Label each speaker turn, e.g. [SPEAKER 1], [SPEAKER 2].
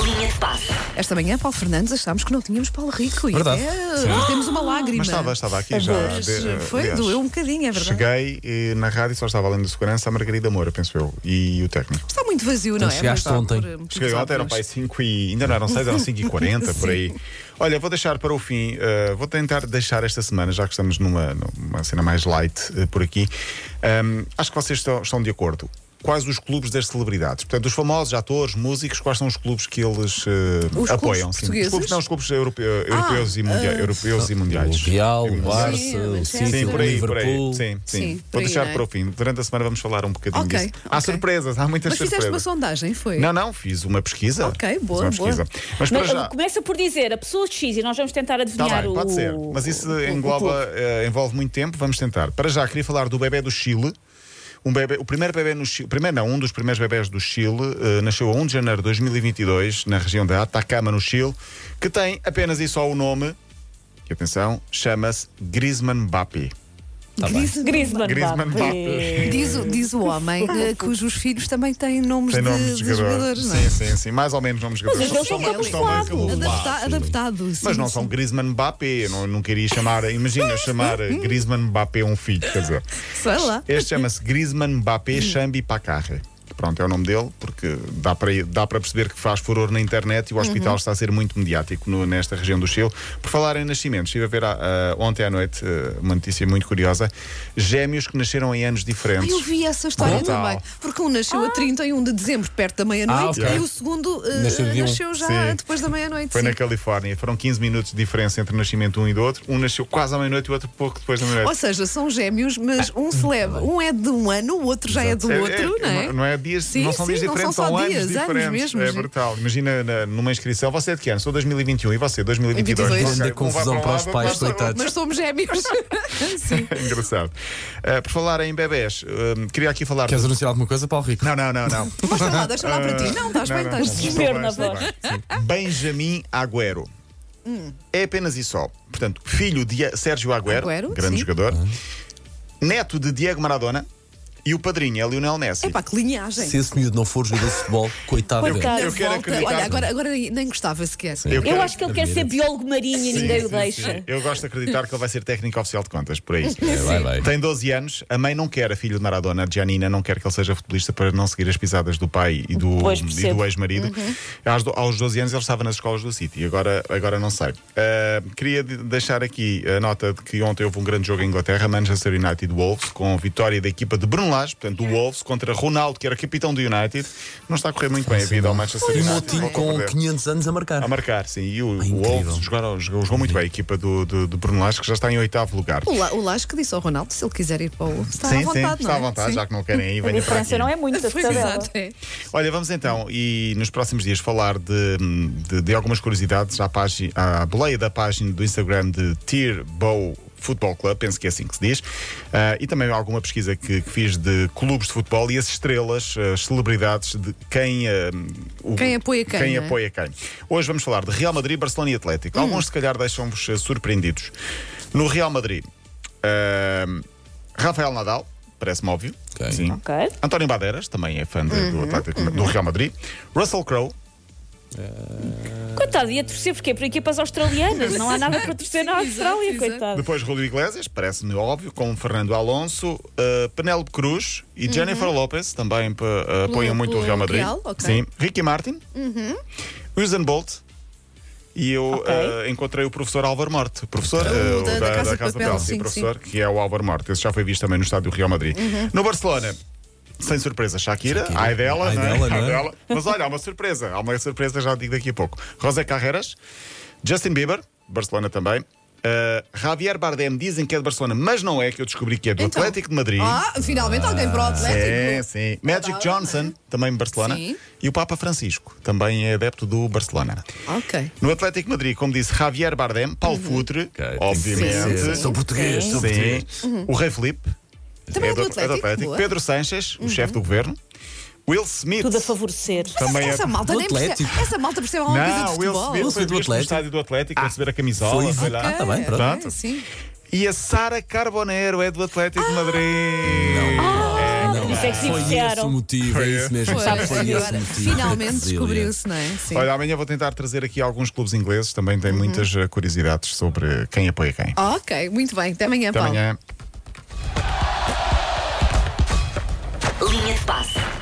[SPEAKER 1] Linha de passe.
[SPEAKER 2] Esta manhã, Paulo Fernandes, achámos que não tínhamos Paulo Rico e
[SPEAKER 3] Verdade.
[SPEAKER 2] até temos uma lágrima.
[SPEAKER 3] Mas estava, estava aqui já.
[SPEAKER 2] Mas, eh,
[SPEAKER 3] de-
[SPEAKER 2] foi,
[SPEAKER 3] aliás,
[SPEAKER 2] doeu um bocadinho, é verdade.
[SPEAKER 3] Cheguei eh, na rádio só estava além do segurança a Margarida Moura, penso eu, e o técnico.
[SPEAKER 2] Está muito vazio, não é?
[SPEAKER 4] chegaste
[SPEAKER 2] Mas está
[SPEAKER 4] ontem.
[SPEAKER 2] por- por
[SPEAKER 3] Cheguei
[SPEAKER 2] todos
[SPEAKER 3] ontem, eram
[SPEAKER 2] os
[SPEAKER 3] para aí
[SPEAKER 2] lados.
[SPEAKER 3] 5 e. ainda não eram 6, eram 5 e 40 por aí. Olha, vou deixar para o fim, eh, vou tentar deixar esta semana, já que estamos numa, numa cena mais light eh, por aqui. Ahm, acho que vocês estão, estão de acordo. Quais os clubes das celebridades? Portanto, os famosos, atores, músicos, quais são os clubes que eles eh,
[SPEAKER 2] clubes
[SPEAKER 3] apoiam? sim?
[SPEAKER 2] portugueses? Ah,
[SPEAKER 3] Os clubes, não, os clubes europeu- europeus, e, mundia- europeus e mundiais.
[SPEAKER 4] O Real, o Barça,
[SPEAKER 2] Sim,
[SPEAKER 4] o
[SPEAKER 2] Manchester.
[SPEAKER 4] City,
[SPEAKER 3] Sim, por aí,
[SPEAKER 4] o
[SPEAKER 3] por aí.
[SPEAKER 4] Liverpool.
[SPEAKER 3] Sim, sim.
[SPEAKER 2] Sim, por
[SPEAKER 3] Vou
[SPEAKER 2] aí,
[SPEAKER 3] deixar
[SPEAKER 2] não é?
[SPEAKER 3] para o fim. Durante a semana vamos falar um bocadinho
[SPEAKER 2] Ok,
[SPEAKER 3] disso. Há
[SPEAKER 2] ok.
[SPEAKER 3] surpresas, há muitas
[SPEAKER 2] Mas fizeste uma
[SPEAKER 3] surpresas.
[SPEAKER 2] sondagem, foi?
[SPEAKER 3] Não, não, fiz uma pesquisa.
[SPEAKER 2] Ok, boa,
[SPEAKER 3] Fiz uma
[SPEAKER 2] boa.
[SPEAKER 3] pesquisa. Mas para
[SPEAKER 5] Mas,
[SPEAKER 3] já.
[SPEAKER 5] Começa por dizer a pessoa X e nós vamos tentar
[SPEAKER 3] Tá
[SPEAKER 5] adivinhar
[SPEAKER 3] bem,
[SPEAKER 5] o.
[SPEAKER 3] pode ser. Mas isso
[SPEAKER 5] o- o-
[SPEAKER 3] engloba,
[SPEAKER 5] o-
[SPEAKER 3] eh, envolve muito tempo, vamos tentar. Para já, queria falar do bebê do Chile. Um bebê, o primeiro bebê no Chile, primeiro não, um dos primeiros bebés do Chile, eh, nasceu a 1 de janeiro de 2022, na região da Atacama, no Chile, que tem apenas e só o nome, e atenção, chama-se Griezmann Mbappé.
[SPEAKER 4] Tá bem.
[SPEAKER 2] Griezmann.
[SPEAKER 5] Griezmann,
[SPEAKER 3] Griezmann
[SPEAKER 5] Mbappé.
[SPEAKER 3] Mbappé.
[SPEAKER 2] Diz, o- diz o homem eh, cujos filhos também têm nomes,
[SPEAKER 3] Tem
[SPEAKER 2] de,
[SPEAKER 3] nome de
[SPEAKER 2] de
[SPEAKER 3] jogador.
[SPEAKER 2] jogadores, não é?
[SPEAKER 3] sim, sim, sim. Mais ou menos nomes de jogadores.
[SPEAKER 5] Mas eles são
[SPEAKER 3] Estão bem-
[SPEAKER 5] todos
[SPEAKER 3] estão bem
[SPEAKER 5] quatro.
[SPEAKER 3] camuflados.
[SPEAKER 2] Adapta- adaptado, sim,
[SPEAKER 3] Mas não
[SPEAKER 2] sim.
[SPEAKER 3] são Griezmann Mbappé. Eu Não, não queria chamar. Imagina chamar Griezmann Mbappé um filho. Quer dizer,
[SPEAKER 2] Sei lá.
[SPEAKER 3] este chama-se Griezmann Mbappé Chambi Pacarre. Pronto, é o nome dele, porque dá para, dá para perceber que faz furor na internet e o hospital
[SPEAKER 2] Uhum.
[SPEAKER 3] está a ser muito mediático no- nesta região do Chile. Por falar em nascimentos, estive a ver ah, ah, ontem à noite ah, uma notícia muito curiosa: gêmeos que nasceram em anos
[SPEAKER 2] Ah,
[SPEAKER 3] diferentes.
[SPEAKER 2] eu vi essa história
[SPEAKER 3] Brutal. Ah.
[SPEAKER 2] também. Porque um nasceu a 31 de dezembro, perto da meia-noite,
[SPEAKER 4] Ah, ok.
[SPEAKER 2] e o segundo eh,
[SPEAKER 4] Nasceu de um.
[SPEAKER 2] nasceu já
[SPEAKER 3] Sim.
[SPEAKER 2] depois da meia-noite.
[SPEAKER 3] Foi
[SPEAKER 2] sim.
[SPEAKER 3] na Califórnia. Foram 15 minutos de diferença entre o nascimento de um e do outro. Um nasceu quase à meia-noite e o outro pouco depois da
[SPEAKER 2] Ou
[SPEAKER 3] meia-noite.
[SPEAKER 2] seja, são gêmeos, mas um celebra. Um é de um ano, o outro já é do outro, não é?
[SPEAKER 3] Não Tá é dias,
[SPEAKER 2] Sim,
[SPEAKER 3] não são
[SPEAKER 2] sim,
[SPEAKER 3] dias
[SPEAKER 2] não são
[SPEAKER 3] diferentes,
[SPEAKER 2] só
[SPEAKER 3] são
[SPEAKER 2] dias,
[SPEAKER 3] anos
[SPEAKER 2] anos
[SPEAKER 3] diferentes.
[SPEAKER 2] mesmo,
[SPEAKER 3] é
[SPEAKER 2] sim.
[SPEAKER 3] brutal. Imagina na- numa inscrição, você é de que ano? Sou 2021 e você, 2022.
[SPEAKER 2] 22.
[SPEAKER 3] Ok,
[SPEAKER 2] Grande
[SPEAKER 3] um vai
[SPEAKER 4] confusão
[SPEAKER 3] um
[SPEAKER 4] para
[SPEAKER 3] lado,
[SPEAKER 4] os
[SPEAKER 3] outro
[SPEAKER 4] pais,
[SPEAKER 3] vai para o outro.
[SPEAKER 4] coitados.
[SPEAKER 2] Mas somos gêmeos. sim.
[SPEAKER 3] Engraçado. Ah, por falar em bebés, hum, queria aqui falar.
[SPEAKER 4] Queres
[SPEAKER 3] do-
[SPEAKER 4] anunciar alguma coisa, Paulo Rico?
[SPEAKER 3] Não, não, não, não.
[SPEAKER 2] Mostra lá, deixa lá Ah, para ti. Não, estás bem, estás
[SPEAKER 3] Ah, não,
[SPEAKER 2] bem.
[SPEAKER 3] estou
[SPEAKER 5] Ver na
[SPEAKER 3] estou
[SPEAKER 5] voz.
[SPEAKER 3] Sim. Benjamin Agüero.
[SPEAKER 2] Hum.
[SPEAKER 3] É apenas e só. Portanto, filho de Sérgio Agüero,
[SPEAKER 2] Agüero,
[SPEAKER 3] grande
[SPEAKER 2] sim.
[SPEAKER 3] jogador, neto de Diego Maradona e o padrinho é Lionel Messi.
[SPEAKER 2] Epá, que linhagem.
[SPEAKER 4] Se esse miúdo não for jogador de futebol, coitado dele.
[SPEAKER 5] Coitado.
[SPEAKER 3] Eu quero
[SPEAKER 2] Volta.
[SPEAKER 3] acreditar.
[SPEAKER 2] Olha, agora, agora nem gostava sequer.
[SPEAKER 3] Eu
[SPEAKER 5] Eu
[SPEAKER 3] quero-
[SPEAKER 5] acho que ele quer ser biólogo marinho e
[SPEAKER 3] Sim,
[SPEAKER 5] ninguém
[SPEAKER 3] sim,
[SPEAKER 5] o deixa.
[SPEAKER 3] sim. Eu gosto de acreditar que ele vai ser técnico oficial de contas, por aí.
[SPEAKER 4] É, vai, vai.
[SPEAKER 3] Tem 12 anos, a mãe não quer a filha de Maradona, a Giannina não quer que ele seja futebolista para não seguir as pisadas do pai e do,
[SPEAKER 5] Pois,
[SPEAKER 3] e
[SPEAKER 5] percebo. Uhum.
[SPEAKER 3] do ex-marido. Aos, do- aos 12 anos ele estava nas escolas do City, agora, agora não sei. Ah, queria de- deixar aqui a nota de que ontem houve um grande jogo em Inglaterra, Manchester United Wolves, com vitória da equipa de Bruno Lage, portanto, do Wolves, contra Ronaldo, que era capitão do United. Não está a correr muito bem a vida ao Manchester
[SPEAKER 4] E o
[SPEAKER 3] United.
[SPEAKER 4] Moutinho
[SPEAKER 3] Volta a
[SPEAKER 4] um com
[SPEAKER 3] perder.
[SPEAKER 4] 500 anos a marcar.
[SPEAKER 3] A marcar, sim. E o, o
[SPEAKER 4] incrível.
[SPEAKER 3] Wolves jogou, jogou- jogou muito bem a equipa do, do, do Bruno Lage, que já está em oitavo lugar.
[SPEAKER 2] O, La, o Lasco disse ao Ronaldo, se ele quiser ir para o... Está
[SPEAKER 3] sim,
[SPEAKER 2] à vontade,
[SPEAKER 3] sim,
[SPEAKER 2] não é?
[SPEAKER 3] está à vontade,
[SPEAKER 2] Sim.
[SPEAKER 3] já que não querem ir, venham
[SPEAKER 5] A
[SPEAKER 3] para aqui.
[SPEAKER 5] diferença não é muita,
[SPEAKER 2] Foi
[SPEAKER 5] tabela.
[SPEAKER 2] exato, é.
[SPEAKER 3] Olha, vamos então, e nos próximos dias, falar de, de, de algumas curiosidades à, página, à boleia da página do Instagram de Tier Bow Football Club, penso que é assim que se diz, Ah, e também alguma pesquisa que, que fiz de clubes de futebol e as estrelas, as celebridades, de quem, ah, o-
[SPEAKER 2] Quem apoia quem, não é? Hum.
[SPEAKER 3] apoia quem. Hoje vamos falar de Real Madrid, Barcelona e Atlético. Alguns, se calhar, deixam-vos ah, surpreendidos. No Real Madrid, ah, Rafael Nadal, parece-me óbvio.
[SPEAKER 4] Ok.
[SPEAKER 3] Sim.
[SPEAKER 5] Ok.
[SPEAKER 3] António Badeiras, também é fã de- do,
[SPEAKER 2] Uhum.
[SPEAKER 3] Atlético, do Real Madrid. Russell Crowe,
[SPEAKER 5] Coitado, ia torcer porque por equipas australianas. Não há nada para torcer na
[SPEAKER 2] Sim, exato,
[SPEAKER 5] Austrália,
[SPEAKER 2] exato.
[SPEAKER 5] coitado.
[SPEAKER 3] depois Rúlio Iglesias, parece-me óbvio, com Fernando Alonso, uh, Penélope Cruz e Jennifer Lopez, também uh, apoiam muito o
[SPEAKER 2] Uhum. pelo
[SPEAKER 3] Real Madrid.
[SPEAKER 2] Real, ok. Uhum.
[SPEAKER 3] Sim. Ricky Martin, Usain Bolt. E eu
[SPEAKER 5] Ok.
[SPEAKER 3] uh, encontrei o professor Álvaro Morte, professor uh,
[SPEAKER 2] da- da Casa de Papel,
[SPEAKER 3] sim,
[SPEAKER 2] sim, Uhum.
[SPEAKER 3] professor, que é o Álvaro Morte. Esse já foi visto também no estádio do Real Madrid. No Barcelona, sem surpresa, Shakira,
[SPEAKER 4] Shakira.
[SPEAKER 3] ai dela,
[SPEAKER 4] Ai
[SPEAKER 3] não é?
[SPEAKER 4] dela,
[SPEAKER 3] Ai
[SPEAKER 4] não é?
[SPEAKER 3] dela. Mas olha, há uma surpresa. Há uma surpresa, já digo daqui a pouco. José Carreras, Justin Bieber, Barcelona também. eh, Javier Bardem dizem que é de Barcelona, mas não é, que eu descobri que é do
[SPEAKER 2] Então.
[SPEAKER 3] Atlético de Madrid.
[SPEAKER 2] Ah, finalmente alguém para o
[SPEAKER 3] É,
[SPEAKER 2] Atlético. Tá
[SPEAKER 3] sim. Magic Johnson, também Barcelona.
[SPEAKER 2] Sim.
[SPEAKER 3] E o Papa Francisco, também é adepto do Barcelona.
[SPEAKER 2] Ok.
[SPEAKER 3] No Atlético de Madrid, como disse Javier Bardem,
[SPEAKER 2] Uhum.
[SPEAKER 3] Paulo Futre,
[SPEAKER 4] Ok, tem que
[SPEAKER 3] obviamente.
[SPEAKER 4] ser. Sou português, sou português.
[SPEAKER 3] Sim. O Rei Felipe,
[SPEAKER 2] Uhum. Também é do
[SPEAKER 3] é
[SPEAKER 2] Atlético. boa. Uhum.
[SPEAKER 3] Pedro Sanches, o chefe do governo. Will Smith,
[SPEAKER 5] Tudo a favorecer.
[SPEAKER 3] também
[SPEAKER 2] Essa
[SPEAKER 3] é
[SPEAKER 2] malta
[SPEAKER 4] Do
[SPEAKER 2] nem percebe.
[SPEAKER 4] Atlético.
[SPEAKER 2] Essa malta percebe alguma coisa de
[SPEAKER 3] Não, Will
[SPEAKER 2] futebol.
[SPEAKER 3] Smith
[SPEAKER 4] Wilson
[SPEAKER 3] foi
[SPEAKER 4] do
[SPEAKER 3] visto no
[SPEAKER 4] Atlético. Ah,
[SPEAKER 3] estádio do Atlético a receber a camisola.
[SPEAKER 4] foi
[SPEAKER 3] sei
[SPEAKER 4] ver-
[SPEAKER 3] lá.
[SPEAKER 4] Ah, tá bem,
[SPEAKER 2] Ok,
[SPEAKER 4] pronto.
[SPEAKER 2] ok, sim. Ah.
[SPEAKER 3] E a Sara Carbonero é do Atlético de Madrid.
[SPEAKER 4] Não.
[SPEAKER 3] É,
[SPEAKER 4] Não,
[SPEAKER 3] claro.
[SPEAKER 5] isso é que se
[SPEAKER 4] Foi esse o
[SPEAKER 5] enfiaram.
[SPEAKER 4] motivo, é isso mesmo.
[SPEAKER 2] Pois,
[SPEAKER 5] Sabe,
[SPEAKER 4] Foi esse o
[SPEAKER 2] agora,
[SPEAKER 4] motivo.
[SPEAKER 2] finalmente
[SPEAKER 4] Resília.
[SPEAKER 2] descobriu-se, não é? Sim.
[SPEAKER 3] Olha, amanhã vou tentar trazer aqui alguns clubes ingleses, também tem muitas
[SPEAKER 2] Uhum.
[SPEAKER 3] eh, curiosidades sobre quem apoia
[SPEAKER 2] Tá
[SPEAKER 3] quem.
[SPEAKER 2] Ok, muito bem. Até amanhã,
[SPEAKER 3] Até
[SPEAKER 2] Paulo.
[SPEAKER 3] amanhã.
[SPEAKER 1] Linha de passe.